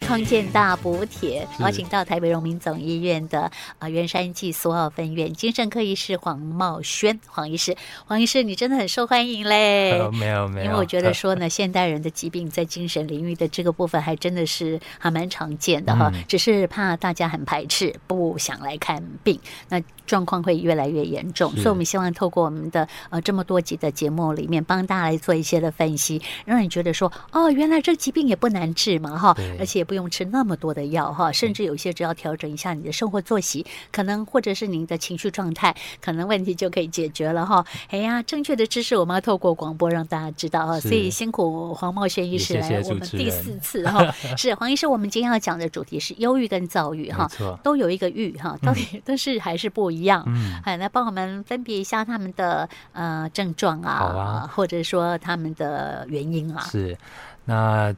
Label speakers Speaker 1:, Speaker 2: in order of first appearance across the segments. Speaker 1: 康健大补帖，邀请到台北荣民总医院的啊、呃、圆山暨苏澳分院精神科医师黄茂轩黄医师，黄医师你真的很受欢迎嘞。
Speaker 2: 呃没有没
Speaker 1: 哎
Speaker 2: 有，
Speaker 1: 因为我觉得说呢，现代人的疾病在精神领域的这个部分还真的是还蛮常见的哈，
Speaker 2: 嗯
Speaker 1: 只是怕大家很排斥，不想来看病，那状况会越来越严重。
Speaker 2: 是
Speaker 1: 所以我们希望透过我们的呃这么多集的节目里面，帮大家来做一些的分析，让你觉得说哦，原来这疾病也不难治嘛哈
Speaker 2: 对，
Speaker 1: 而且也不用吃那么多的药哈，甚至有些只要调整一下你的生活作息，可能或者是您的情绪状态， 可能问题就可以解决了 哈。哎呀，正确的知识我们要透过广播让大家知道啊，
Speaker 2: 是
Speaker 1: 所以辛苦黄茂轩医师
Speaker 2: 也谢谢
Speaker 1: 来我们
Speaker 2: 主持
Speaker 1: 第
Speaker 2: 人
Speaker 1: 四次 哈。是黄医师，我们今天要讲的主题是忧郁跟躁郁哈
Speaker 2: 没，错，
Speaker 1: 都有一个郁哈，到底 但是还是不一样。
Speaker 2: 嗯，
Speaker 1: 哎，来帮我们分别一下他们的呃症状啊，
Speaker 2: 好啊
Speaker 1: 或者说他们的原因啊。
Speaker 2: 是。那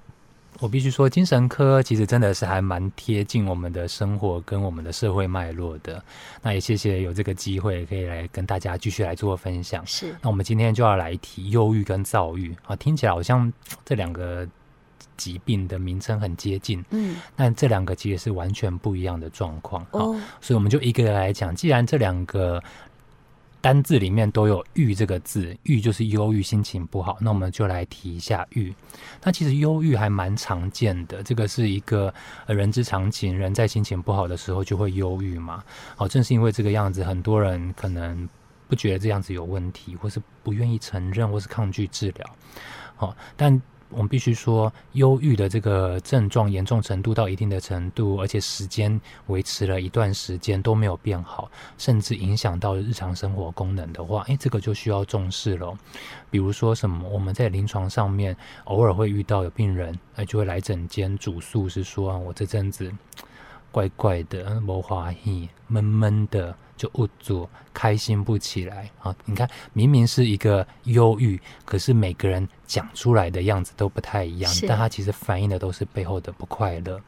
Speaker 2: 我必须说，精神科其实真的是还蛮贴近我们的生活跟我们的社会脉络的。那也谢谢有这个机会可以来跟大家继续来做分享。
Speaker 1: 是，
Speaker 2: 那我们今天就要来提忧郁跟躁郁啊，听起来好像这两个疾病的名称很接近，
Speaker 1: 嗯，
Speaker 2: 但这两个其实是完全不一样的状况。啊好
Speaker 1: 哦，
Speaker 2: 所以我们就一个一个来讲。既然这两个单字里面都有“郁”这个字，“郁”就是忧郁、心情不好，那我们就来提一下郁。那其实忧郁还蛮常见的，这个是一个呃人之常情，人在心情不好的时候就会忧郁嘛。好、正是因为这个样子，很多人可能不觉得这样子有问题，或是不愿意承认，或是抗拒治疗。好、但我们必须说，忧郁的这个症状严重程度到一定的程度，而且时间维持了一段时间都没有变好，甚至影响到日常生活功能的话，诶，这个就需要重视咯。比如说什么，我们在临床上面偶尔会遇到有病人，哎，就会来诊间主诉是说，啊我这阵子怪怪的，没欢喜，闷闷的，就不做，开心不起来啊！你看，明明是一个忧郁，可是每个人讲出来的样子都不太一样
Speaker 1: 是，
Speaker 2: 但他其实反映的都是背后的不快乐。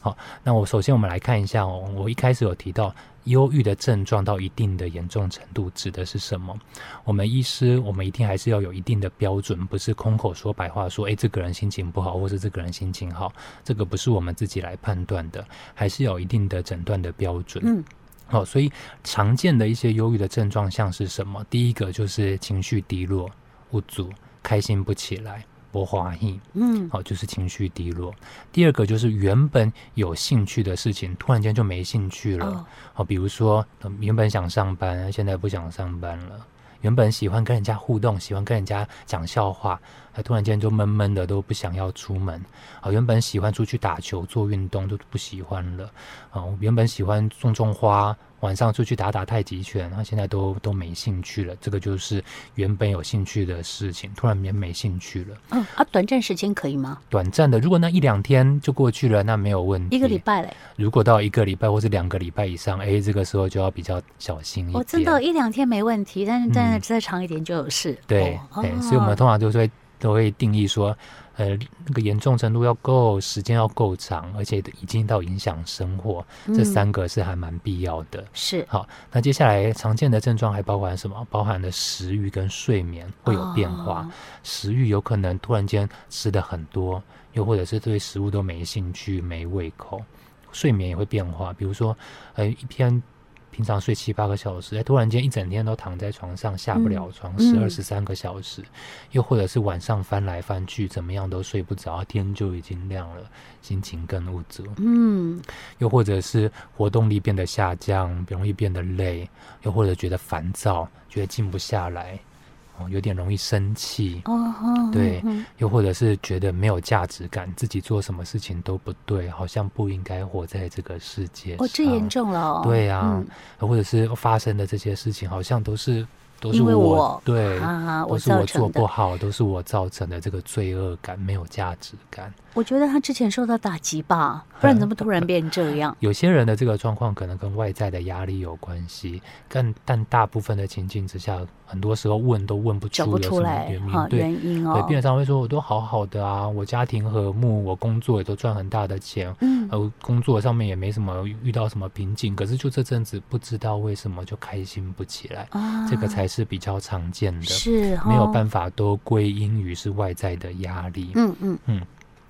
Speaker 2: 好，那我首先我们来看一下哦，我一开始有提到忧郁的症状到一定的严重程度指的是什么？我们医师，我们一定还是要有一定的标准，不是空口说白话说，诶，哎这个人心情不好，或是这个人心情好，这个不是我们自己来判断的，还是要有一定的诊断的标准。
Speaker 1: 嗯，
Speaker 2: 好、所以常见的一些忧郁的症状像是什么？第一个就是情绪低落、无助、开心不起来、不欢喜，
Speaker 1: 嗯，
Speaker 2: 好、就是情绪低落。第二个就是原本有兴趣的事情，突然间就没兴趣了。
Speaker 1: 哦，
Speaker 2: 哦，比如说、呃原本想上班，现在不想上班了；原本喜欢跟人家互动，喜欢跟人家讲笑话，他突然间就闷闷的，都不想要出门。啊、原本喜欢出去打球、做运动，都不喜欢了。啊、原本喜欢种种花，晚上出去打打太极拳，他现在都都没兴趣了。这个就是原本有兴趣的事情，突然间没兴趣了。
Speaker 1: 嗯啊，短暂时间可以吗？
Speaker 2: 短暂的，如果那一两天就过去了，那没有问题。
Speaker 1: 一个礼拜嘞？
Speaker 2: 如果到一个礼拜或是两个礼拜以上，哎，这个时候就要比较小心一点。
Speaker 1: 我哦真的，一两天没问题，但是
Speaker 2: 嗯
Speaker 1: 但是再长一点就有事。
Speaker 2: 对，
Speaker 1: 哦
Speaker 2: 哎、所以我们
Speaker 1: 哦
Speaker 2: 通常就是会都会定义说，呃，那个严重程度要够，时间要够长，而且已经到影响生活，这
Speaker 1: 嗯
Speaker 2: 三个是还蛮必要的。
Speaker 1: 是
Speaker 2: 好，那接下来常见的症状还包含什么？包含了食欲跟睡眠会有变化，
Speaker 1: 哦
Speaker 2: 食欲有可能突然间吃的很多，又或者是对食物都没兴趣、没胃口，睡眠也会变化。比如说，呃，一天平常睡七八个小时，哎，突然间一整天都躺在床上下不了床，十二
Speaker 1: 嗯
Speaker 2: 十三个小时，又或者是晚上翻来翻去，怎么样都睡不着，天就已经亮了，心情更无助。
Speaker 1: 嗯，
Speaker 2: 又或者是活动力变得下降，容易变得累，又或者觉得烦躁，觉得静不下来，哦，有点容易生气，
Speaker 1: 哦哦，
Speaker 2: 对
Speaker 1: 嗯
Speaker 2: 又或者是觉得没有价值感，自己做什么事情都不对，好像不应该活在这个世界上。
Speaker 1: 哦，这严重了哦。
Speaker 2: 啊对啊
Speaker 1: 嗯，
Speaker 2: 或者是发生的这些事情，好像都是都是
Speaker 1: 因为我
Speaker 2: 对。
Speaker 1: 啊，
Speaker 2: 都
Speaker 1: 我
Speaker 2: 是
Speaker 1: 造
Speaker 2: 我做
Speaker 1: 成
Speaker 2: 不
Speaker 1: 的。
Speaker 2: 好，都是我造成的这个罪恶感，没有价值感。
Speaker 1: 我觉得他之前受到打击吧，不然怎么突然变这 样？
Speaker 2: 有些人的这个状况可能跟外在的压力有关系，但但大部分的情境之下，很多时候问都问不
Speaker 1: 找
Speaker 2: 出
Speaker 1: 不
Speaker 2: 有什
Speaker 1: 出
Speaker 2: 么
Speaker 1: 来
Speaker 2: 原因，
Speaker 1: 哈
Speaker 2: 对，
Speaker 1: 原因
Speaker 2: 对，
Speaker 1: 哦
Speaker 2: 病。人常会说我都好好的啊，我家庭和睦，我工作也都赚很大的钱，
Speaker 1: 嗯
Speaker 2: 呃，工作上面也没什么遇到什么瓶颈，可是就这阵子不知道为什么就开心不起来，
Speaker 1: 啊，
Speaker 2: 这个才是比较常见的，
Speaker 1: 是
Speaker 2: 没有
Speaker 1: 哦
Speaker 2: 办法都归因于是外在的压力。
Speaker 1: 嗯嗯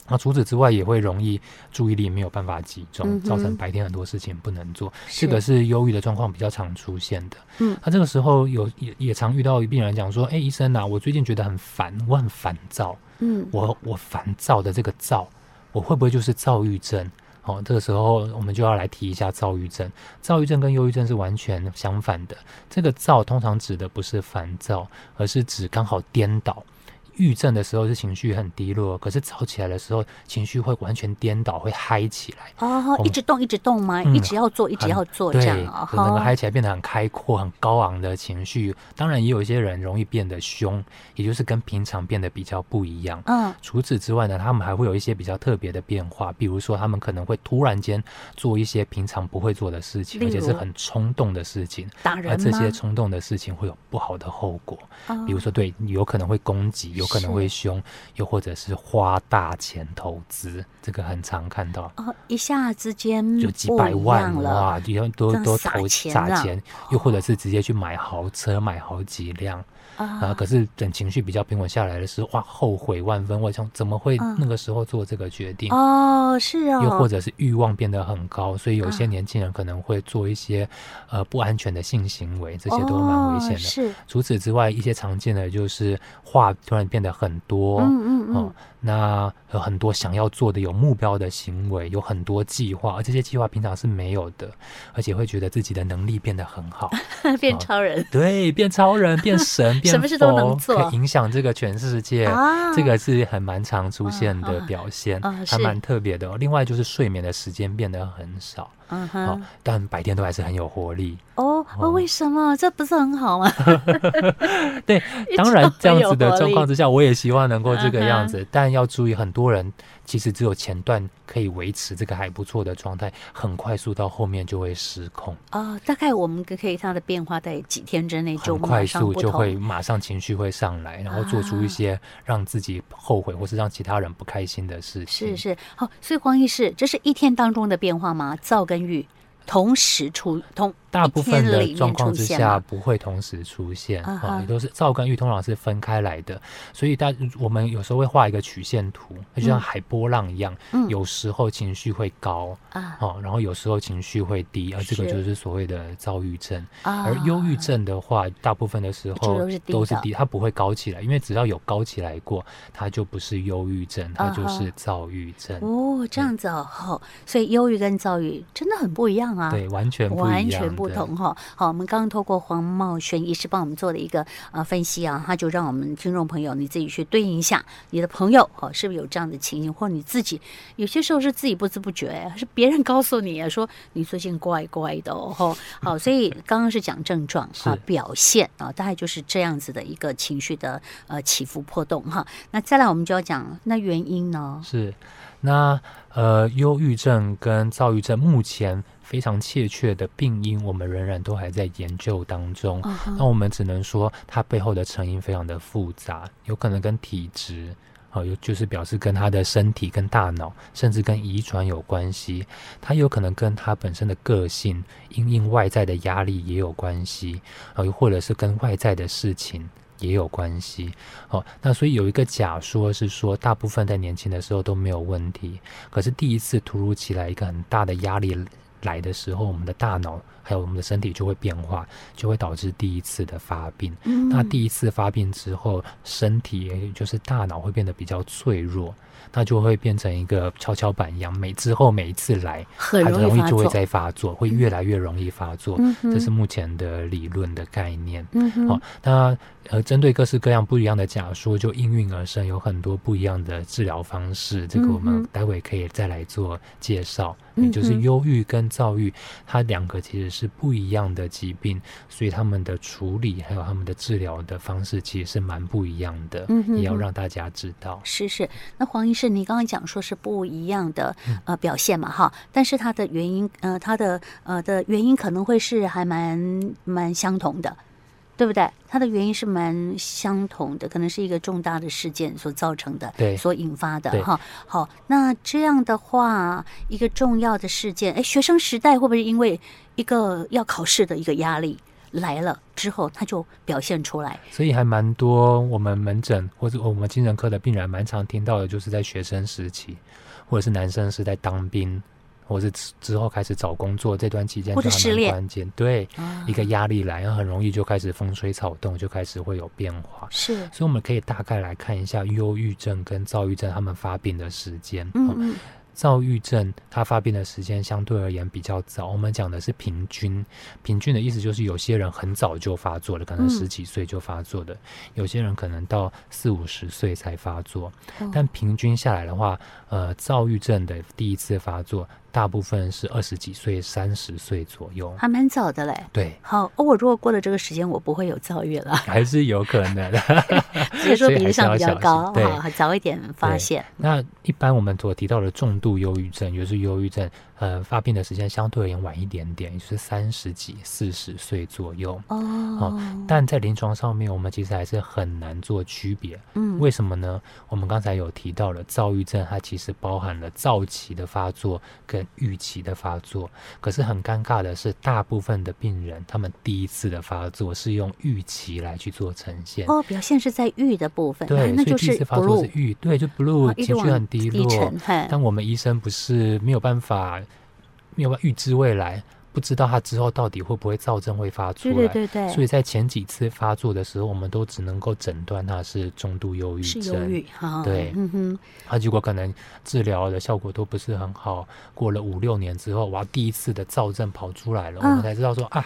Speaker 2: 那除此之外，也会容易注意力没有办法集中，
Speaker 1: 嗯哼
Speaker 2: 造成白天很多事情不能做。
Speaker 1: 是
Speaker 2: 这个是忧郁的状况比较常出现的。
Speaker 1: 嗯
Speaker 2: 那这个时候有也也常遇到病人讲说：“哎、医生啊，我最近觉得很烦，我很烦躁，
Speaker 1: 嗯
Speaker 2: 我我烦躁的这个躁，我会不会就是躁郁症？”哦，这个时候我们就要来提一下躁郁症。躁郁症跟忧郁症是完全相反的。这个躁通常指的不是烦躁，而是指刚好颠倒。郁症的时候是情绪很低落，可是躁起来的时候情绪会完全颠倒，会嗨起来。
Speaker 1: 哦，一直动一直动吗？
Speaker 2: 嗯
Speaker 1: 一直要做一直
Speaker 2: 很
Speaker 1: 要做
Speaker 2: 对，
Speaker 1: 这
Speaker 2: 整
Speaker 1: 样啊？
Speaker 2: 个
Speaker 1: 哈
Speaker 2: 嗨起来变得很开阔、很高昂的情绪。当然，也有一些人容易变得凶，也就是跟平常变得比较不一样。
Speaker 1: 嗯
Speaker 2: 除此之外呢，他们还会有一些比较特别的变化，比如说他们可能会突然间做一些平常不会做的事情，
Speaker 1: 例
Speaker 2: 而
Speaker 1: 如
Speaker 2: 且是很冲动的事情，
Speaker 1: 打
Speaker 2: 而
Speaker 1: 人
Speaker 2: 啊这
Speaker 1: 吗
Speaker 2: 些？冲动的事情会有不好的后果，
Speaker 1: 哦
Speaker 2: 比如说对，有可能会攻击，有可能会凶，又或者是花大钱投资，这个很常看到。
Speaker 1: 哦，一下之间
Speaker 2: 就
Speaker 1: 嗯
Speaker 2: 几
Speaker 1: 不
Speaker 2: 百
Speaker 1: 一
Speaker 2: 万
Speaker 1: 样了，
Speaker 2: 哇，也都
Speaker 1: 真
Speaker 2: 都
Speaker 1: 撒
Speaker 2: 投
Speaker 1: 钱
Speaker 2: 撒
Speaker 1: 啊
Speaker 2: 钱，又或者是直接去买豪车，买好几辆啊。
Speaker 1: 啊
Speaker 2: 可是等情绪比较平稳下来的时候，哇，后悔万分，我想怎么会
Speaker 1: 嗯
Speaker 2: 那个时候做这个决定？
Speaker 1: 哦，是哦，
Speaker 2: 又或者是欲望变得很高，所以有些
Speaker 1: 啊
Speaker 2: 年轻人可能会做一些呃不安全的性行为，这些都蛮危险
Speaker 1: 哦、
Speaker 2: 的。
Speaker 1: 是，
Speaker 2: 除此之外，一些常见的就是话突然变得很多，
Speaker 1: 嗯嗯
Speaker 2: 哦
Speaker 1: 嗯，，
Speaker 2: 那有很多想要做的有目标的行为，有很多计划，而这些计划平常是没有的，而且会觉得自己的能力变得很好， 哦
Speaker 1: 变超人
Speaker 2: 对，变超人、变神、变
Speaker 1: 什么事都能
Speaker 2: 佛
Speaker 1: 做
Speaker 2: 可以影响这个全世界。
Speaker 1: 啊，
Speaker 2: 这个是很蛮常出现的
Speaker 1: 啊啊
Speaker 2: 表现，
Speaker 1: 啊
Speaker 2: 还
Speaker 1: 是
Speaker 2: 蛮特别的哦、另外就是睡眠的时间变得很少，
Speaker 1: 嗯
Speaker 2: 啊，
Speaker 1: 哼，
Speaker 2: 但白天都还是很有活力。
Speaker 1: 哦
Speaker 2: 哦
Speaker 1: 哦，为什么这不是很好吗？
Speaker 2: 对，
Speaker 1: 一
Speaker 2: 当
Speaker 1: 直
Speaker 2: 然
Speaker 1: 都
Speaker 2: 这样
Speaker 1: 有
Speaker 2: 子的
Speaker 1: 活
Speaker 2: 状况
Speaker 1: 力
Speaker 2: 之下，我也希望能够这个 样
Speaker 1: 嗯哼
Speaker 2: 子，但要注意，很多人其实只有前段可以维持这个还不错的状态，很快速到后面就会失控，
Speaker 1: 哦，大概我们可以它的变化在几天之内就
Speaker 2: 很
Speaker 1: 马
Speaker 2: 快
Speaker 1: 上
Speaker 2: 速
Speaker 1: 不
Speaker 2: 就会
Speaker 1: 同。
Speaker 2: 马上情绪会上来，然后做出一
Speaker 1: 啊
Speaker 2: 些让自己后悔或是让其他人不开心的事情。
Speaker 1: 是是，好、所以黄医师，这是一天当中的变化吗？躁跟郁同时出同
Speaker 2: 大
Speaker 1: 一
Speaker 2: 部分
Speaker 1: 天
Speaker 2: 的
Speaker 1: 里面
Speaker 2: 状况
Speaker 1: 出
Speaker 2: 之
Speaker 1: 现
Speaker 2: 下
Speaker 1: 吗
Speaker 2: 不会同时出现
Speaker 1: 啊
Speaker 2: 啊，
Speaker 1: 哈
Speaker 2: 也都是躁跟郁通常是分开来的，所以大我们有时候会画一个曲线图，就像
Speaker 1: 嗯
Speaker 2: 海波浪一样，
Speaker 1: 嗯
Speaker 2: 有时候情绪会高
Speaker 1: 啊
Speaker 2: 哦，然后有时候情绪会低，而这个
Speaker 1: 是
Speaker 2: 就是所谓的躁郁症。
Speaker 1: 啊，
Speaker 2: 而忧郁症的话，大部分的时候
Speaker 1: 都是低
Speaker 2: 都是
Speaker 1: 的
Speaker 2: 低，它不会高起来，因为只要有高起来过，它就不是忧郁症，它就
Speaker 1: 啊哈
Speaker 2: 是躁郁症。
Speaker 1: 哦，这
Speaker 2: 嗯
Speaker 1: 样子哦，好、所以忧郁跟躁郁真的很不一样啊。
Speaker 2: 对，完全不一样，
Speaker 1: 完全不。同哈。好，我们刚刚透过黄茂轩医师帮我们做的一个呃分析啊，他就让我们听众朋友你自己去对应一下你的朋友哦，是不是有这样的情形，或者你自己有些时候是自己不知不觉，是别人告诉你说你最近怪怪的哦。吼好，所以刚刚是讲症状
Speaker 2: 是
Speaker 1: 啊表现啊，大概就是这样子的一个情绪的呃起伏波动哈。那再来我们就要讲那原因呢？
Speaker 2: 是，那呃，忧郁症跟躁郁症目前非常确切的病因，我们仍然都还在研究当中。
Speaker 1: 啊哈
Speaker 2: 那我们只能说，它背后的成因非常的复杂，有可能跟体质。哦，有就是表示跟他的身体、跟大脑，甚至跟遗传有关系。它有可能跟他本身的个性、因应外在的压力也有关系，呃，又或者是跟外在的事情也有关系。哦，那所以有一个假说是说，大部分在年轻的时候都没有问题，可是第一次突如其来一个很大的压力来的时候，我们的大脑还有我们的身体就会变化，就会导致第一次的发病。
Speaker 1: 嗯
Speaker 2: 那第一次发病之后，身体也就是大脑会变得比较脆弱，那就会变成一个跷跷板一样，每之后每一次来，
Speaker 1: 很
Speaker 2: 它
Speaker 1: 容
Speaker 2: 容
Speaker 1: 易
Speaker 2: 易
Speaker 1: 发
Speaker 2: 就会
Speaker 1: 作，
Speaker 2: 再发作，会越来越容易发作。
Speaker 1: 嗯
Speaker 2: 这
Speaker 1: 哼
Speaker 2: 是目前的理论的概念。
Speaker 1: 嗯哼
Speaker 2: 好、那呃，针对各式各样不一样的假说，就应运而生，有很多不一样的治疗方式。这个我
Speaker 1: 嗯
Speaker 2: 们
Speaker 1: 哼
Speaker 2: 待会可以再来做介绍。也就
Speaker 1: 嗯
Speaker 2: 是
Speaker 1: 哼
Speaker 2: 忧郁跟躁郁，它两个其实是不一样的疾病，所以他们的处理还有他们的治疗的方式其实是蛮不一样的，
Speaker 1: 嗯哼
Speaker 2: 也要
Speaker 1: 哼
Speaker 2: 让大家知道。
Speaker 1: 是是，那黄医师，你刚刚讲说是不一样的
Speaker 2: 嗯
Speaker 1: 呃表现嘛哈，但是它的原因呃它的呃的原因可能会是还蛮蛮相同的，对不对？它的原因是蛮相同的，可能是一个重大的事件所造成的，
Speaker 2: 对
Speaker 1: 所引发的
Speaker 2: 对
Speaker 1: 哈。好，那这样的话，一个重要的事件，哎，学生时代会不会因为一个要考试的一个压力？来了之后，它就表现出来。
Speaker 2: 所以还蛮多我们门诊或者我们精神科的病人蛮常听到的，就是在学生时期，或者是男生是在当兵，或者是之后开始找工作这段期间，
Speaker 1: 或者失恋
Speaker 2: 关键对
Speaker 1: 啊
Speaker 2: 一个压力来，然后很容易就开始风吹草动，就开始会有变化。
Speaker 1: 是，
Speaker 2: 所以我们可以大概来看一下忧郁症跟躁郁症他们发病的时间。
Speaker 1: 嗯
Speaker 2: 哦
Speaker 1: 嗯，
Speaker 2: 躁郁症它发病的时间相对而言比较早，我们讲的是平均。平均的意思就是有些人很早就发作了，可能
Speaker 1: 嗯
Speaker 2: 十几岁就发作的，有些人可能到四五十岁才发作。
Speaker 1: 哦
Speaker 2: 但平均下来的话，呃，躁郁症的第一次发作，大部分是二十几岁、三十岁左右。
Speaker 1: 还蛮早的嘞。
Speaker 2: 对，
Speaker 1: 好，哦，我如果过了这个时间，我不会有躁郁了，
Speaker 2: 还是有可能的。
Speaker 1: 所以说
Speaker 2: 所以
Speaker 1: 比
Speaker 2: 还
Speaker 1: 例
Speaker 2: 是要
Speaker 1: 上比较
Speaker 2: 小心
Speaker 1: 高，
Speaker 2: 对
Speaker 1: 好，早一点发
Speaker 2: 对
Speaker 1: 现。
Speaker 2: 那一般我们所提到的重度忧郁症，也就是忧郁症，呃，发病的时间相对而言晚一点点，也就是三十几、四十岁左右。
Speaker 1: 哦，
Speaker 2: 但在临床上面，我们其实还是很难做区别。
Speaker 1: 嗯，
Speaker 2: 为什么呢？我们刚才有提到了躁郁症，它其实包含了躁期的发作跟预期的发作。可是很尴尬的是，大部分的病人他们第一次的发作是用预期来去做呈现。
Speaker 1: 哦，表现是在郁的部分，
Speaker 2: 对，
Speaker 1: 那
Speaker 2: 所以
Speaker 1: 就
Speaker 2: 第一
Speaker 1: 是
Speaker 2: 次发作
Speaker 1: blue，
Speaker 2: 是郁，对，就 blue，
Speaker 1: 啊一直
Speaker 2: 情绪
Speaker 1: 往
Speaker 2: 很低落，
Speaker 1: 沉，嘿，
Speaker 2: 但我们医生不是没有办法，没有办法预知未来，不知道他之后到底会不会躁症会发出
Speaker 1: 对
Speaker 2: 来。
Speaker 1: 对对对，
Speaker 2: 所以在前几次发作的时候，我们都只能够诊断他是中度忧郁
Speaker 1: 是忧
Speaker 2: 症，
Speaker 1: 郁哈，
Speaker 2: 对
Speaker 1: 嗯哼，
Speaker 2: 他结果可能治疗的效果都不是很好。过了五六年之后，哇，第一次的躁症跑出来了，我
Speaker 1: 啊
Speaker 2: 们才知道说啊，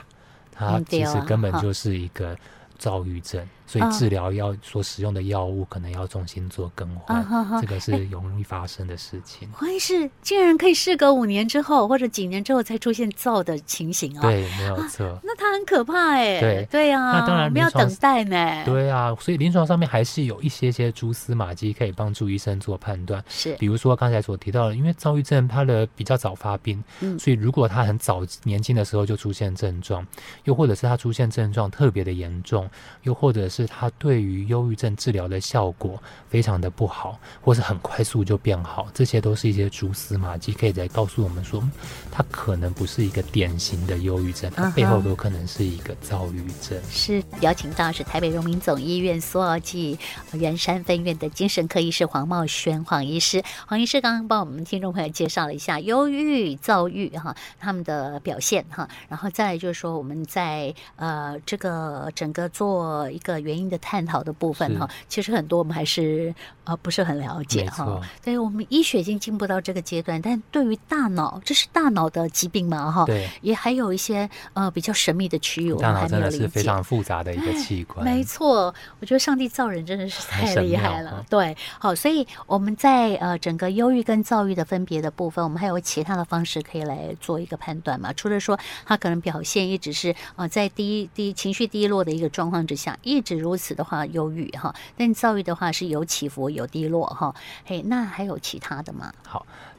Speaker 2: 他
Speaker 1: 嗯对
Speaker 2: 其实
Speaker 1: 啊
Speaker 2: 根本
Speaker 1: 哈
Speaker 2: 就是一个躁郁症，所
Speaker 1: 啊
Speaker 2: 以治疗要所使用的药物可能要重新做更
Speaker 1: 啊
Speaker 2: 换，
Speaker 1: 哈哈
Speaker 2: 哎
Speaker 1: 啊
Speaker 2: 这，个是容易发生的事情。
Speaker 1: 关键是竟然可以事隔五年之后或者几年之后才出现躁的情形啊，
Speaker 2: 对，没有错。
Speaker 1: 那它很可怕哎，
Speaker 2: 对
Speaker 1: 对啊，
Speaker 2: 那当然
Speaker 1: 我们要
Speaker 2: 临床
Speaker 1: 等待呢，，
Speaker 2: 对啊，所以临床上面还是有一些些蛛丝马迹可以帮助医生做判断。
Speaker 1: 是
Speaker 2: 比如说刚才所提到的，因为躁郁症它的比较早发病，
Speaker 1: 嗯
Speaker 2: 所以如果他很早年轻的时候就出现症状，又或者是他出现症状特别的严重，又或者是他对于忧郁症治疗的效果非常的不好，或是很快速就变好，这些都是一些蛛丝马迹，可以来告诉我们说，嗯他可能不是一个典型的忧郁症，他背后
Speaker 1: 嗯哼
Speaker 2: 有可能是一个躁郁症。
Speaker 1: 是邀请到是台北荣民总医院苏澳暨圆呃山分院的精神科医师黄茂轩黄医师。黄医师刚刚帮我们听众朋友介绍了一下忧郁、躁郁哈他们的表现哈，然后再来就是说我们在呃这个整个做一个原因的探讨的部分
Speaker 2: 是
Speaker 1: 哈，其实很多我们还是呃不是很了解哦
Speaker 2: 没
Speaker 1: 哈
Speaker 2: 错。
Speaker 1: 对我们医学已经进步到这个阶段，但对于大脑，这是大脑的疾病嘛哈，
Speaker 2: 对。
Speaker 1: 也还有一些呃比较神秘的区哦域，我
Speaker 2: 大
Speaker 1: 们
Speaker 2: 脑
Speaker 1: 还没
Speaker 2: 真
Speaker 1: 有
Speaker 2: 的
Speaker 1: 理解。
Speaker 2: 是非常复杂的一个器官，
Speaker 1: 没错，我觉得上帝造人真的是
Speaker 2: 很
Speaker 1: 太
Speaker 2: 神
Speaker 1: 厉害
Speaker 2: 妙
Speaker 1: 了
Speaker 2: 嗯。
Speaker 1: 对，好，所以我们在呃整个忧郁跟躁郁的分别的部分，我们还有其他的方式可以来做一个判断嘛？除了说他可能表现一直是呃在低 低情绪低落的一个状况之下，一直如此的话，忧郁哈，但躁郁的话是有起伏有低落哈。嘿，那还有其他的吗？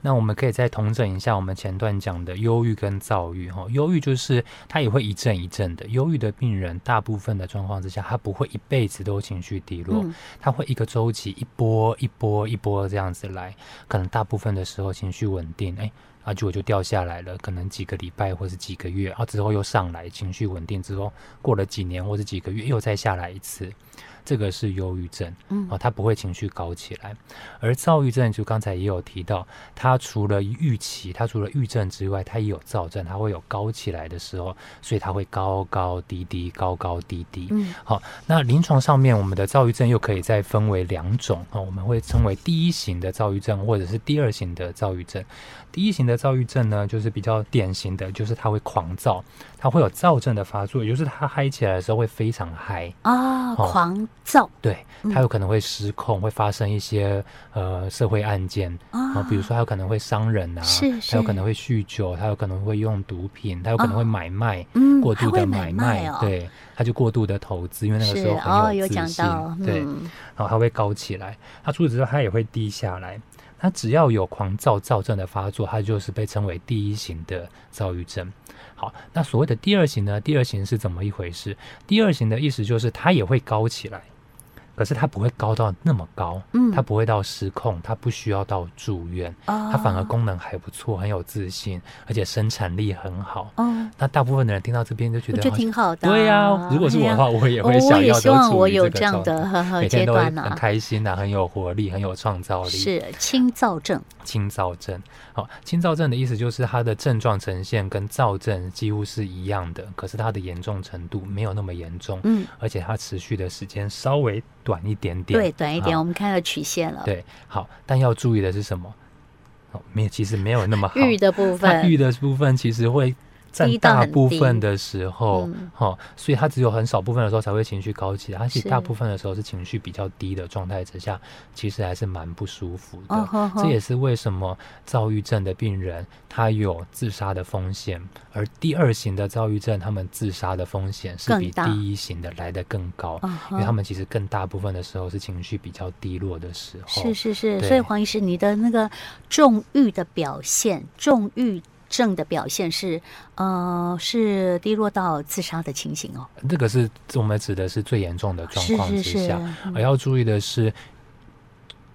Speaker 2: 那我们可以再统整一下我们前段讲的忧郁跟躁郁哈。忧郁就是它也会一阵一阵的，忧郁的病人大部分的状况之下，他不会一辈子都情绪低落，
Speaker 1: 嗯
Speaker 2: 他会一个周期一波一波一波这样子来，可能大部分的时候情绪稳定，哎。啊，结果就掉下来了，可能几个礼拜或是几个月，啊之后又上来，情绪稳定之后，过了几年或是几个月又再下来一次，这个是忧郁症，
Speaker 1: 嗯
Speaker 2: 啊，他不会情绪高起来。而躁郁症就刚才也有提到，它除了预期，它除了郁症之外，它也有躁症，它会有高起来的时候，所以它会高高低低，高高低低。
Speaker 1: 嗯，
Speaker 2: 好，那临床上面我们的躁郁症又可以再分为两种哦，我们会称为第一型的躁郁症或者是第二型的躁郁症。第一型的躁郁症呢，就是比较典型的，就是它会狂躁，它会有躁症的发作，也就是它嗨起来的时候会非常嗨。
Speaker 1: 啊、
Speaker 2: 好
Speaker 1: 狂躁
Speaker 2: 对，
Speaker 1: 嗯
Speaker 2: 它有可能会失控，会发生一些呃社会案件，
Speaker 1: 啊
Speaker 2: 啊，，比如说他有可能会伤人啊，
Speaker 1: 是
Speaker 2: 他
Speaker 1: 是
Speaker 2: 有可能会酗酒，他有可能会用毒品，他有可能会
Speaker 1: 哦
Speaker 2: 买卖，
Speaker 1: 嗯
Speaker 2: 过
Speaker 1: 还
Speaker 2: 度
Speaker 1: 会
Speaker 2: 的
Speaker 1: 买
Speaker 2: 卖，
Speaker 1: 哦，
Speaker 2: 对，他就过度的投资，因为那个
Speaker 1: 是
Speaker 2: 时候
Speaker 1: 哦，
Speaker 2: 很
Speaker 1: 有
Speaker 2: 自
Speaker 1: 讲
Speaker 2: 信，
Speaker 1: 到，
Speaker 2: 对，然
Speaker 1: 嗯
Speaker 2: 后他会高起来，他除此之外他也会低下来。他只要有狂躁躁症的发作，他就是被称为第一型的躁郁症。好，那所谓的第二型呢？第二型是怎么一回事？第二型的意思就是他也会高起来，可是它不会高到那么高，
Speaker 1: 嗯，哦
Speaker 2: 它不会到失控，它不需要到住院，它
Speaker 1: 它
Speaker 2: 反而功能还不错，很有自信，而且生产力很好。
Speaker 1: 哦，
Speaker 2: 那大部分的人听到这边就觉
Speaker 1: 我
Speaker 2: 得
Speaker 1: 觉
Speaker 2: 好
Speaker 1: 得
Speaker 2: 像
Speaker 1: 挺好的啊。
Speaker 2: 对呀、如果是我的话，我也
Speaker 1: 哎呀，
Speaker 2: 会
Speaker 1: 我
Speaker 2: 想
Speaker 1: 也
Speaker 2: 要
Speaker 1: 希
Speaker 2: 都
Speaker 1: 望
Speaker 2: 处
Speaker 1: 我
Speaker 2: 于
Speaker 1: 有这
Speaker 2: 这个
Speaker 1: 样
Speaker 2: 状
Speaker 1: 的
Speaker 2: 态，
Speaker 1: 呵呵
Speaker 2: 每天
Speaker 1: 阶
Speaker 2: 都会
Speaker 1: 段
Speaker 2: 很
Speaker 1: 啊，
Speaker 2: 开心啊，很有活力，很有创造力。
Speaker 1: 是轻躁症，
Speaker 2: 轻躁症。好，轻躁症的意思就是它的症状呈现跟躁症几乎是一样的，可是它的严重程度没有那么严重，
Speaker 1: 嗯，
Speaker 2: 而且它持续的时间稍微短一点点。
Speaker 1: 对，短一点，
Speaker 2: 好
Speaker 1: 我们看到曲线了，
Speaker 2: 对，好，但要注意的是什么？哦，没有，其实没有那么好。
Speaker 1: 玉的部
Speaker 2: 它
Speaker 1: 分
Speaker 2: 预的部分其实会占
Speaker 1: 低到
Speaker 2: 大
Speaker 1: 很
Speaker 2: 部
Speaker 1: 低
Speaker 2: 分的时候
Speaker 1: 嗯，
Speaker 2: 哦，所以它只有很少部分的时候才会情绪高起来，它其
Speaker 1: 是
Speaker 2: 实大部分的时候是情绪比较低的状态之下，其实还是蛮不舒服的。
Speaker 1: 哦吼吼
Speaker 2: 这也是为什么躁郁症的病人他有自杀的风险，而第二型的躁郁症他们自杀的风险是
Speaker 1: 更
Speaker 2: 比
Speaker 1: 大
Speaker 2: 第一型的来得更高，
Speaker 1: 嗯
Speaker 2: 因为他
Speaker 1: 哼
Speaker 2: 们其实更大部分的时候是情绪比较低落的时候。
Speaker 1: 是是是，
Speaker 2: 对
Speaker 1: 所以黄医师，你的那个重欲的表现，重欲症的表现是，呃，是低落到自杀的情形哦。
Speaker 2: 这个是我们指的是最严重的状
Speaker 1: 是
Speaker 2: 况之
Speaker 1: 是
Speaker 2: 下。哎
Speaker 1: 是，
Speaker 2: 而
Speaker 1: 嗯
Speaker 2: 要注意的是，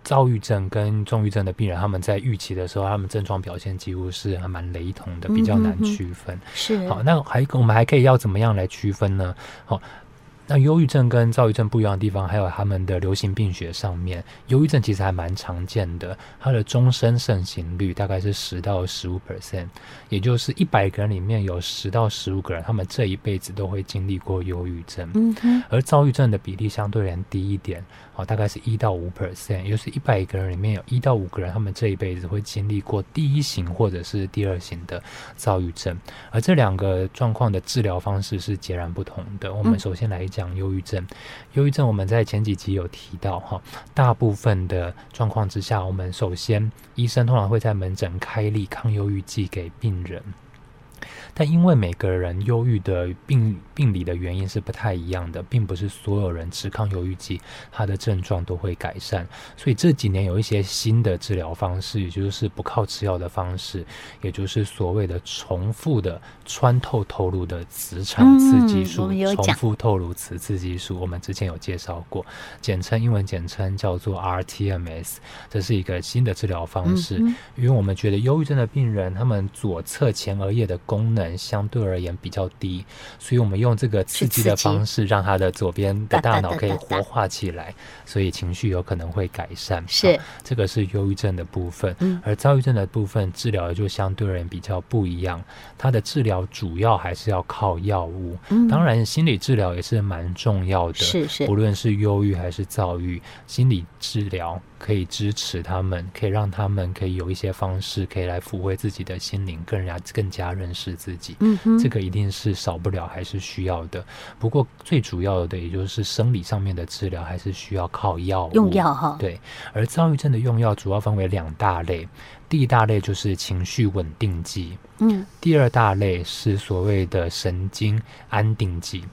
Speaker 2: 躁郁症跟重郁症的病人，他们在预期的时候，他们症状表现几乎是还蛮雷同的，比较
Speaker 1: 嗯
Speaker 2: 难
Speaker 1: 哼哼
Speaker 2: 区分。
Speaker 1: 是
Speaker 2: 好，那还我们还可以要怎么样来区分呢？好。那忧郁症跟躁郁症不一样的地方，还有他们的流行病学上面，忧郁症其实还蛮常见的，它的终身盛行率大概是十到十五 percent，也就是一百个人里面有十到十五个人，他们这一辈子都会经历过忧郁症。
Speaker 1: 嗯哼，
Speaker 2: 而躁郁症的比例相对而言低一点，哦，大概是一到五 percent，也就是一百个人里面有一到五个人，他们这一辈子会经历过第一型或者是第二型的躁郁症，而这两个状况的治疗方式是截然不同的。我们
Speaker 1: 嗯
Speaker 2: 首先来讲忧郁症，忧郁症我们在前几集有提到哈、大部分的状况之下，我们首先医生通常会在门诊开立抗忧郁剂给病人。但因为每个人忧郁的病病理的原因是不太一样的，并不是所有人吃抗忧郁剂，他的症状都会改善。所以这几年有一些新的治疗方式，也就是不靠吃药的方式，也就是所谓的重复的穿透透露的磁场刺激
Speaker 1: 嗯我
Speaker 2: 术，
Speaker 1: 们有
Speaker 2: 重
Speaker 1: 讲
Speaker 2: 复透露磁刺激术，我们之前有介绍过，简称英文简称叫做 RTMS，这是一个新的治疗方
Speaker 1: 嗯
Speaker 2: 式。
Speaker 1: 哼
Speaker 2: 因为我们觉得忧郁症的病人，他们左侧前额叶的功能相对而言比较低，所以我们用这个刺激的
Speaker 1: 去刺激
Speaker 2: 方式，让他的左边的大脑可以
Speaker 1: 哒哒哒哒哒
Speaker 2: 活化起来，所以情绪有可能会改善。
Speaker 1: 是
Speaker 2: 好这个是忧郁症的部分，
Speaker 1: 嗯
Speaker 2: 而躁郁症的部分治疗就相对而言比较不一样，它的治疗主要还是要靠药物，
Speaker 1: 嗯
Speaker 2: 当然心理治疗也是蛮重要的，
Speaker 1: 是是
Speaker 2: 不论是忧郁还是躁郁，心理治疗可以支持他们，可以让他们可以有一些方式，可以来抚慰自己的心灵，更加更加认识自己。
Speaker 1: 嗯哼，
Speaker 2: 这个一定是少不了，还是需要的。不过最主要的，也就是生理上面的治疗，还是需要靠药物
Speaker 1: 用药哈，
Speaker 2: 对，而躁郁症的用药主要分为两大类，第一大类就是情绪稳定剂，
Speaker 1: 嗯
Speaker 2: 第二大类是所谓的神经安定剂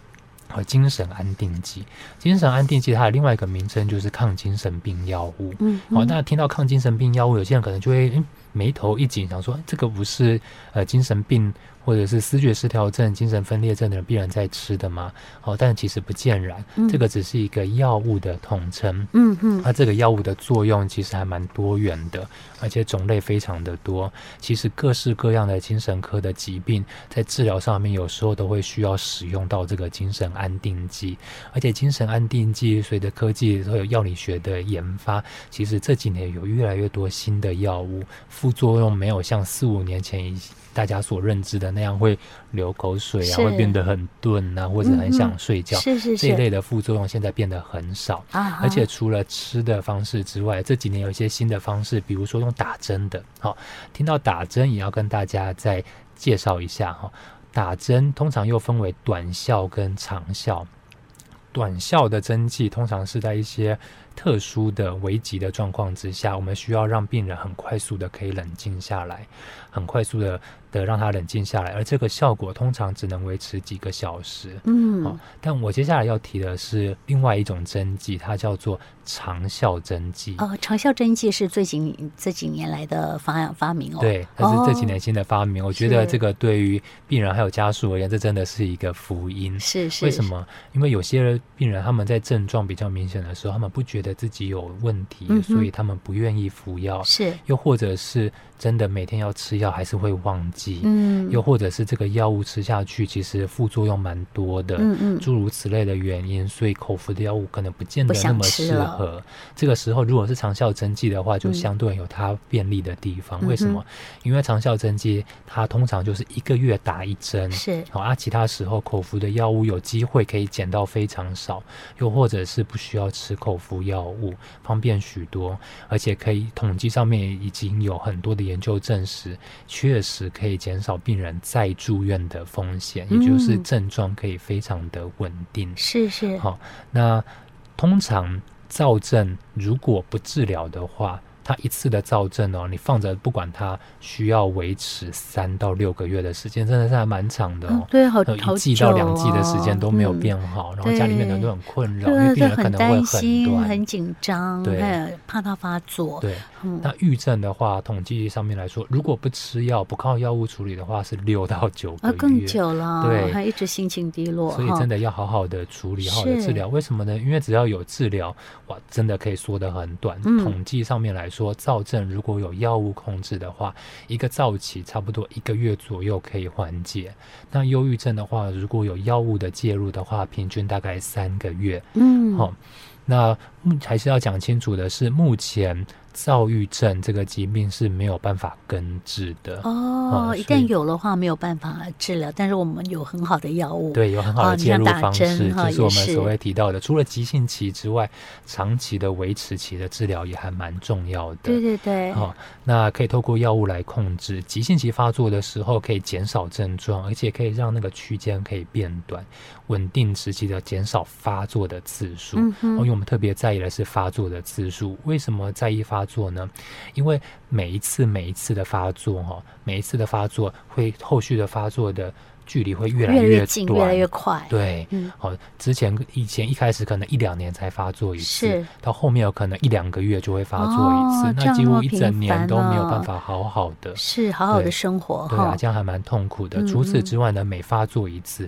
Speaker 2: 和精神安定剂。精神安定剂它的另外一个名称就是抗精神病药物。
Speaker 1: 嗯，
Speaker 2: 好、
Speaker 1: 嗯
Speaker 2: 那听到抗精神病药物，有些人可能就会、嗯、眉头一紧，想说这个不是呃精神病或者是思觉失调症、精神分裂症的病人在吃的吗？哦，但其实不尽然，
Speaker 1: 嗯
Speaker 2: 这个只是一个药物的统称。
Speaker 1: 嗯哼，
Speaker 2: 它这个药物的作用其实还蛮多元的，而且种类非常的多。其实各式各样的精神科的疾病，在治疗上面有时候都会需要使用到这个精神安定剂。而且精神安定剂随着科技还有药理学的研发，其实这几年有越来越多新的药物，副作用没有像四五年前一大家所认知的那样会流口水啊，
Speaker 1: 是
Speaker 2: 会变得很钝啊，或者很
Speaker 1: 嗯
Speaker 2: 想睡觉。
Speaker 1: 是是
Speaker 2: 这一
Speaker 1: 是
Speaker 2: 类的副作用现在变得很少，
Speaker 1: 啊，
Speaker 2: 而且除了吃的方式之外，这几年有一些新的方式，比如说用打针的。好、听到打针也要跟大家再介绍一下哈、打针通常又分为短效跟长效。短效的针剂通常是在一些特殊的危急的状况之下，我们需要让病人很快速的可以冷静下来，很快速的的让他冷静下来，而这个效果通常只能维持几个小时。
Speaker 1: 嗯
Speaker 2: 哦，但我接下来要提的是另外一种针剂，它叫做长效针剂。
Speaker 1: 哦，长效针剂是最近这几年来的发发明哦。，
Speaker 2: 对，它是这几
Speaker 1: 哦
Speaker 2: 年新的发明，我觉得
Speaker 1: 是
Speaker 2: 这个对于病人还有家属而言，这真的是一个福音。
Speaker 1: 是是。
Speaker 2: 为什？么？因为有些病人他们在症状比较明显的时候，他们不觉得自己有问题，
Speaker 1: 嗯哼
Speaker 2: 所以他们不愿意服药，
Speaker 1: 是，
Speaker 2: 又或者是真的每天要吃药还是会忘记，
Speaker 1: 嗯，
Speaker 2: 又或者是这个药物吃下去其实副作用蛮多的，
Speaker 1: 嗯嗯，
Speaker 2: 诸如此类的原因，所以口服的药物可能不见
Speaker 1: 不
Speaker 2: 得那
Speaker 1: 想
Speaker 2: 么
Speaker 1: 吃
Speaker 2: 适
Speaker 1: 了
Speaker 2: 合。这个时候，如果是长效针剂的话，就
Speaker 1: 嗯
Speaker 2: 相对有它便利的地方。为什
Speaker 1: 嗯哼
Speaker 2: 么？因为长效针剂它通常就是一个月打一针。
Speaker 1: 是
Speaker 2: 好、啊，其他时候口服的药物有机会可以减到非常少，又或者是不需要吃口服药物，方便许多，而且可以统计上面已经有很多的研究证实，确实可以减少病人再住院的风险，也就是
Speaker 1: 嗯
Speaker 2: 症状可以非常的稳定。
Speaker 1: 是是，
Speaker 2: 好那通常躁症如果不治疗的话，它一次的躁症哦，你放着不管它，需要维持三到六个月的时间，真的是还蛮长的
Speaker 1: 嗯
Speaker 2: 哦。
Speaker 1: 对，好
Speaker 2: 有
Speaker 1: 好
Speaker 2: 一季到
Speaker 1: 久
Speaker 2: 两季的时间
Speaker 1: 哦
Speaker 2: 都没有
Speaker 1: 嗯
Speaker 2: 变好，然后家里面的人都
Speaker 1: 对
Speaker 2: 很困扰，因为
Speaker 1: 对
Speaker 2: 病
Speaker 1: 对，
Speaker 2: 人可
Speaker 1: 很
Speaker 2: 能会
Speaker 1: 担
Speaker 2: 很
Speaker 1: 心、
Speaker 2: 短。
Speaker 1: 很紧张，
Speaker 2: 对
Speaker 1: 哎怕它发作。
Speaker 2: 对，
Speaker 1: 嗯，
Speaker 2: 那郁症的话，统计上面来说，如果不吃药、不靠药物处理的话，是六到九个
Speaker 1: 啊，
Speaker 2: 月。
Speaker 1: 更久了，
Speaker 2: 对
Speaker 1: 还一直心情低落，
Speaker 2: 所以
Speaker 1: 哈
Speaker 2: 真的要好好的处理，好好的治
Speaker 1: 是
Speaker 2: 疗。为什么呢？因为只要有治疗，哇，真的可以缩得很短。
Speaker 1: 嗯
Speaker 2: 统计上面来说，躁症如果有药物控制的话，一个躁期差不多一个月左右可以缓解。那忧郁症的话，如果有药物的介入的话，平均大概三个月。
Speaker 1: 嗯，
Speaker 2: 好、那目还是要讲清楚的是，目前躁郁症这个疾病是没有办法根治的。
Speaker 1: 哦，
Speaker 2: 啊
Speaker 1: 一
Speaker 2: 所
Speaker 1: 旦
Speaker 2: 以
Speaker 1: 有的话没有办法治疗，但是我们有很好的药物，，
Speaker 2: 对，有很好
Speaker 1: 哦
Speaker 2: 的
Speaker 1: 你
Speaker 2: 介
Speaker 1: 像
Speaker 2: 入
Speaker 1: 打
Speaker 2: 方
Speaker 1: 针
Speaker 2: 式，
Speaker 1: 哈
Speaker 2: 就是我
Speaker 1: 也
Speaker 2: 们
Speaker 1: 是
Speaker 2: 所谓提到的，除了急性期之外，长期的维持期的治疗也还蛮重要的。
Speaker 1: 对对对，
Speaker 2: 好、哦那可以透过药物来控制急性期发作的时候，可以减少症状，而且可以让那个区间可以变短，稳定时期的减少发作的次数。
Speaker 1: 嗯哼，
Speaker 2: 哦因为我们特别在意的是发作的次数。为什么在意发作呢？因为每一次每一次的发作，哈，每一次的发作会后续的发作的距离会越来
Speaker 1: 越来越近，
Speaker 2: 短，
Speaker 1: 越来越快，
Speaker 2: 对。
Speaker 1: 嗯，
Speaker 2: 哦，之前以前一开始可能一两年才发作一次
Speaker 1: 是，
Speaker 2: 到后面有可能一两个月就会发作一次，
Speaker 1: 哦这
Speaker 2: 那
Speaker 1: 样
Speaker 2: 几
Speaker 1: 那
Speaker 2: 乎
Speaker 1: 么
Speaker 2: 一
Speaker 1: 频
Speaker 2: 整年
Speaker 1: 繁
Speaker 2: 都没有
Speaker 1: 哦
Speaker 2: 办法好好的。
Speaker 1: 是好好的
Speaker 2: 对
Speaker 1: 生活
Speaker 2: 对啊
Speaker 1: 哈，，
Speaker 2: 这样还蛮痛苦的。
Speaker 1: 嗯
Speaker 2: 除此
Speaker 1: 嗯
Speaker 2: 之外呢，每发作一次，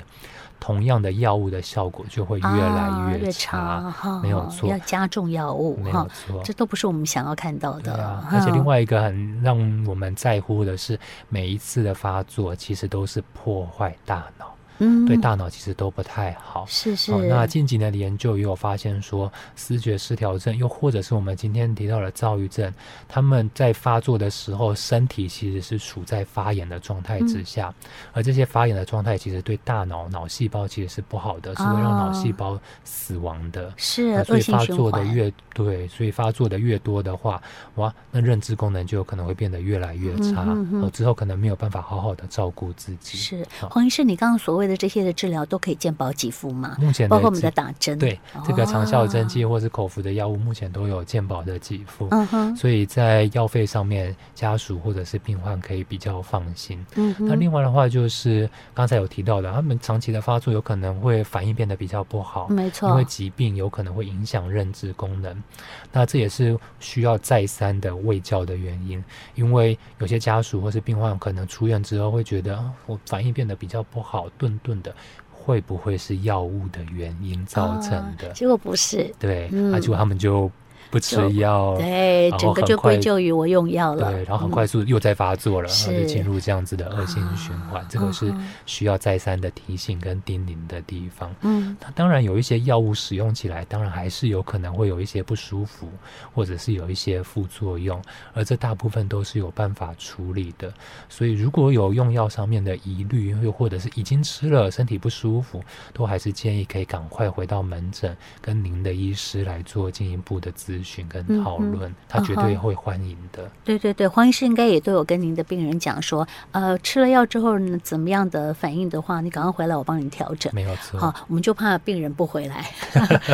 Speaker 2: 同样的药物的效果就会越
Speaker 1: 啊
Speaker 2: 来
Speaker 1: 越
Speaker 2: 差。
Speaker 1: 长哈，
Speaker 2: 没有错
Speaker 1: 要加重药物
Speaker 2: 没有
Speaker 1: 哈，
Speaker 2: 错，
Speaker 1: 这都不是我们想要看到
Speaker 2: 对
Speaker 1: 的，
Speaker 2: 啊，而且另
Speaker 1: 哈
Speaker 2: 外一个很让我们在乎的是，每一次的发作其实都是破坏大脑，
Speaker 1: 嗯，
Speaker 2: 对大脑其实都不太好。
Speaker 1: 是是
Speaker 2: 哦，，那近几年的研究也有发现说，思觉失调症，又或者是我们今天提到的躁郁症，他们在发作的时候，身体其实是处在发炎的状态
Speaker 1: 嗯
Speaker 2: 之下，而这些发炎的状态其实对大脑脑细胞其实是不好的，是会让脑细
Speaker 1: 啊
Speaker 2: 胞死亡的。
Speaker 1: 是
Speaker 2: 那所
Speaker 1: 恶
Speaker 2: 以
Speaker 1: 性
Speaker 2: 发
Speaker 1: 循
Speaker 2: 作的
Speaker 1: 环，
Speaker 2: 越对，所以发作的越多的话，哇，那认知功能就有可能会变得越来越差，
Speaker 1: 嗯哼哼
Speaker 2: 呃之后可能没有办法好好的照顾自己。
Speaker 1: 是
Speaker 2: 好
Speaker 1: 黄医师，你刚刚所谓的这些的治疗都可以健保给付吗？
Speaker 2: 目前
Speaker 1: 包括我们
Speaker 2: 这
Speaker 1: 的打针，
Speaker 2: 对这个长效针剂
Speaker 1: 哦，
Speaker 2: 或是口服的药物，目前都有健保的给付，
Speaker 1: 嗯哼，
Speaker 2: 所以在药费上面，家属或者是病患可以比较放心。
Speaker 1: 嗯
Speaker 2: 那
Speaker 1: 哼，
Speaker 2: 另外的话就是刚才有提到的，他们长期的发作有可能会反应变得比较不好，
Speaker 1: 嗯没
Speaker 2: 因
Speaker 1: 错
Speaker 2: 为，疾病有可能会影响认知功能，那这也是需要再三的喂教的原因。因为有些家属或是病患可能出院之后会觉得，啊我反应变得比较不好，顿顿的，会不会是药物的原因造成的？
Speaker 1: 啊结果不是，
Speaker 2: 对，啊
Speaker 1: 嗯
Speaker 2: 那、结果他们就不吃
Speaker 1: 就
Speaker 2: 药，
Speaker 1: 对，
Speaker 2: 哦然
Speaker 1: 整
Speaker 2: 后
Speaker 1: 个
Speaker 2: 很
Speaker 1: 就归
Speaker 2: 快
Speaker 1: 咎于我用药了，
Speaker 2: 对，然后很
Speaker 1: 嗯
Speaker 2: 快速又再发作了，然后
Speaker 1: 是
Speaker 2: 就进入这样子的恶性循环，这个是
Speaker 1: 啊啊
Speaker 2: 需要再三的提醒跟叮咛的地方。
Speaker 1: 嗯，
Speaker 2: 那当然有一些药物使用起来，当然还是有可能会有一些不舒服，或者是有一些副作用，而这大部分都是有办法处理的。所以如果有用药上面的疑虑，又或者是已经吃了身体不舒服，都还是建议可以赶快回到门诊，跟您的医师来做进一步的咨咨询跟
Speaker 1: 嗯
Speaker 2: 讨
Speaker 1: 嗯
Speaker 2: 论，他绝
Speaker 1: 嗯
Speaker 2: 对
Speaker 1: 哼
Speaker 2: 会欢迎的。
Speaker 1: 对对对，黄医师应该也都有跟您的病人讲说，呃，吃了药之后呢，怎么样的反应的话，你赶快回来，我帮你调整。
Speaker 2: 没有错，
Speaker 1: 好、我们就怕病人不回 来，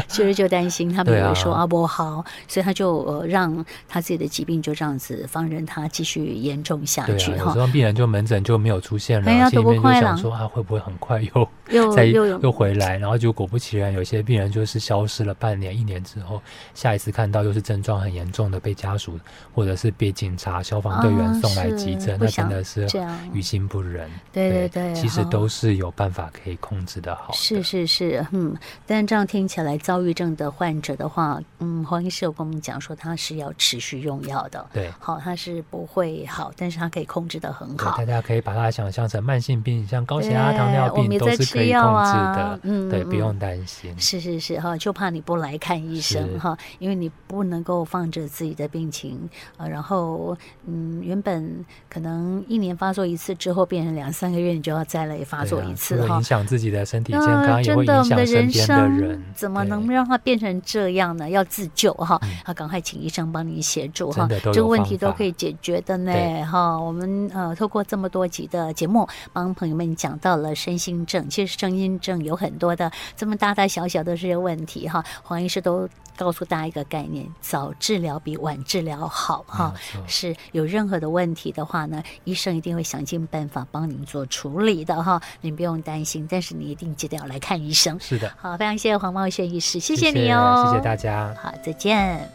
Speaker 1: 所以就担心他们
Speaker 2: 对
Speaker 1: 以
Speaker 2: 啊
Speaker 1: 为说啊不好，所以他就、呃、让他自己的疾病就这样子放任他继续严重下
Speaker 2: 对啊，
Speaker 1: 去
Speaker 2: 有
Speaker 1: 哈、
Speaker 2: 时候病人就门诊就没有出现了，
Speaker 1: 哎呀
Speaker 2: 心里
Speaker 1: 多
Speaker 2: 面
Speaker 1: 不
Speaker 2: 就
Speaker 1: 快
Speaker 2: 想
Speaker 1: 了
Speaker 2: 说啊，会不会很快又
Speaker 1: 又
Speaker 2: 再
Speaker 1: 又有
Speaker 2: 又回来？然后就果不其然，有些病人就是消失了半年、一年之后，下一次看到又是症状很严重的，被家属或者是被警察、消防队员
Speaker 1: 啊
Speaker 2: 送来
Speaker 1: 是
Speaker 2: 急诊，
Speaker 1: 不
Speaker 2: 那真
Speaker 1: 想
Speaker 2: 的是
Speaker 1: 这样
Speaker 2: 于心不忍。
Speaker 1: 对对对
Speaker 2: 其实
Speaker 1: 哦
Speaker 2: 都是有办法可以控制的好的。
Speaker 1: 是是是，嗯，但这样听起来，躁郁症的患者的话，嗯，黄医师有跟我们讲说，他是要持续用药的，
Speaker 2: 对。
Speaker 1: 好，他是不会好，但是他可以控制的很
Speaker 2: 对，
Speaker 1: 好
Speaker 2: 大。家可以把它想象成慢性病，像高血压、
Speaker 1: 对
Speaker 2: 糖尿
Speaker 1: 我们
Speaker 2: 病
Speaker 1: 也
Speaker 2: 都
Speaker 1: 在
Speaker 2: 是
Speaker 1: 吃
Speaker 2: 可以控制的，
Speaker 1: 药啊嗯
Speaker 2: 对，
Speaker 1: 嗯
Speaker 2: 不用担心。
Speaker 1: 是是是哈，就怕你不来看医生
Speaker 2: 是
Speaker 1: 哈，因为你不能够放着自己的病情，呃，然后嗯，原本可能一年发作一次，之后变成两三个月，你就要再来发
Speaker 2: 对
Speaker 1: 作
Speaker 2: 啊
Speaker 1: 一
Speaker 2: 除
Speaker 1: 次
Speaker 2: 了
Speaker 1: 哈
Speaker 2: 影。响自己的身体健
Speaker 1: 那
Speaker 2: 康，也
Speaker 1: 呃真
Speaker 2: 会
Speaker 1: 的，
Speaker 2: 影
Speaker 1: 我们的
Speaker 2: 响身
Speaker 1: 人
Speaker 2: 边的
Speaker 1: 生
Speaker 2: 人。
Speaker 1: 怎么
Speaker 2: 对嗯
Speaker 1: 能让它变成这样呢？要自救哈，要赶快请医生帮你协助哈
Speaker 2: 真的都，有
Speaker 1: 这个问题
Speaker 2: 方
Speaker 1: 都
Speaker 2: 法
Speaker 1: 可以解决的呢
Speaker 2: 对
Speaker 1: 哈。我们呃，透过这么多集的节目，帮朋友们讲到了身心症，其实身心症有很多的这么大大小小的这些问题哈，黄医师都告诉大家一个概念：早治疗比晚治疗好哈。
Speaker 2: 没有错
Speaker 1: 是有任何的问题的话呢，医生一定会想尽办法帮您做处理的哈，您不用担心，但是你一定记得要来看医生。
Speaker 2: 是的，
Speaker 1: 好，非常谢谢黄茂轩医师，谢
Speaker 2: 谢
Speaker 1: 你哦，
Speaker 2: 谢谢大家。
Speaker 1: 好，再见。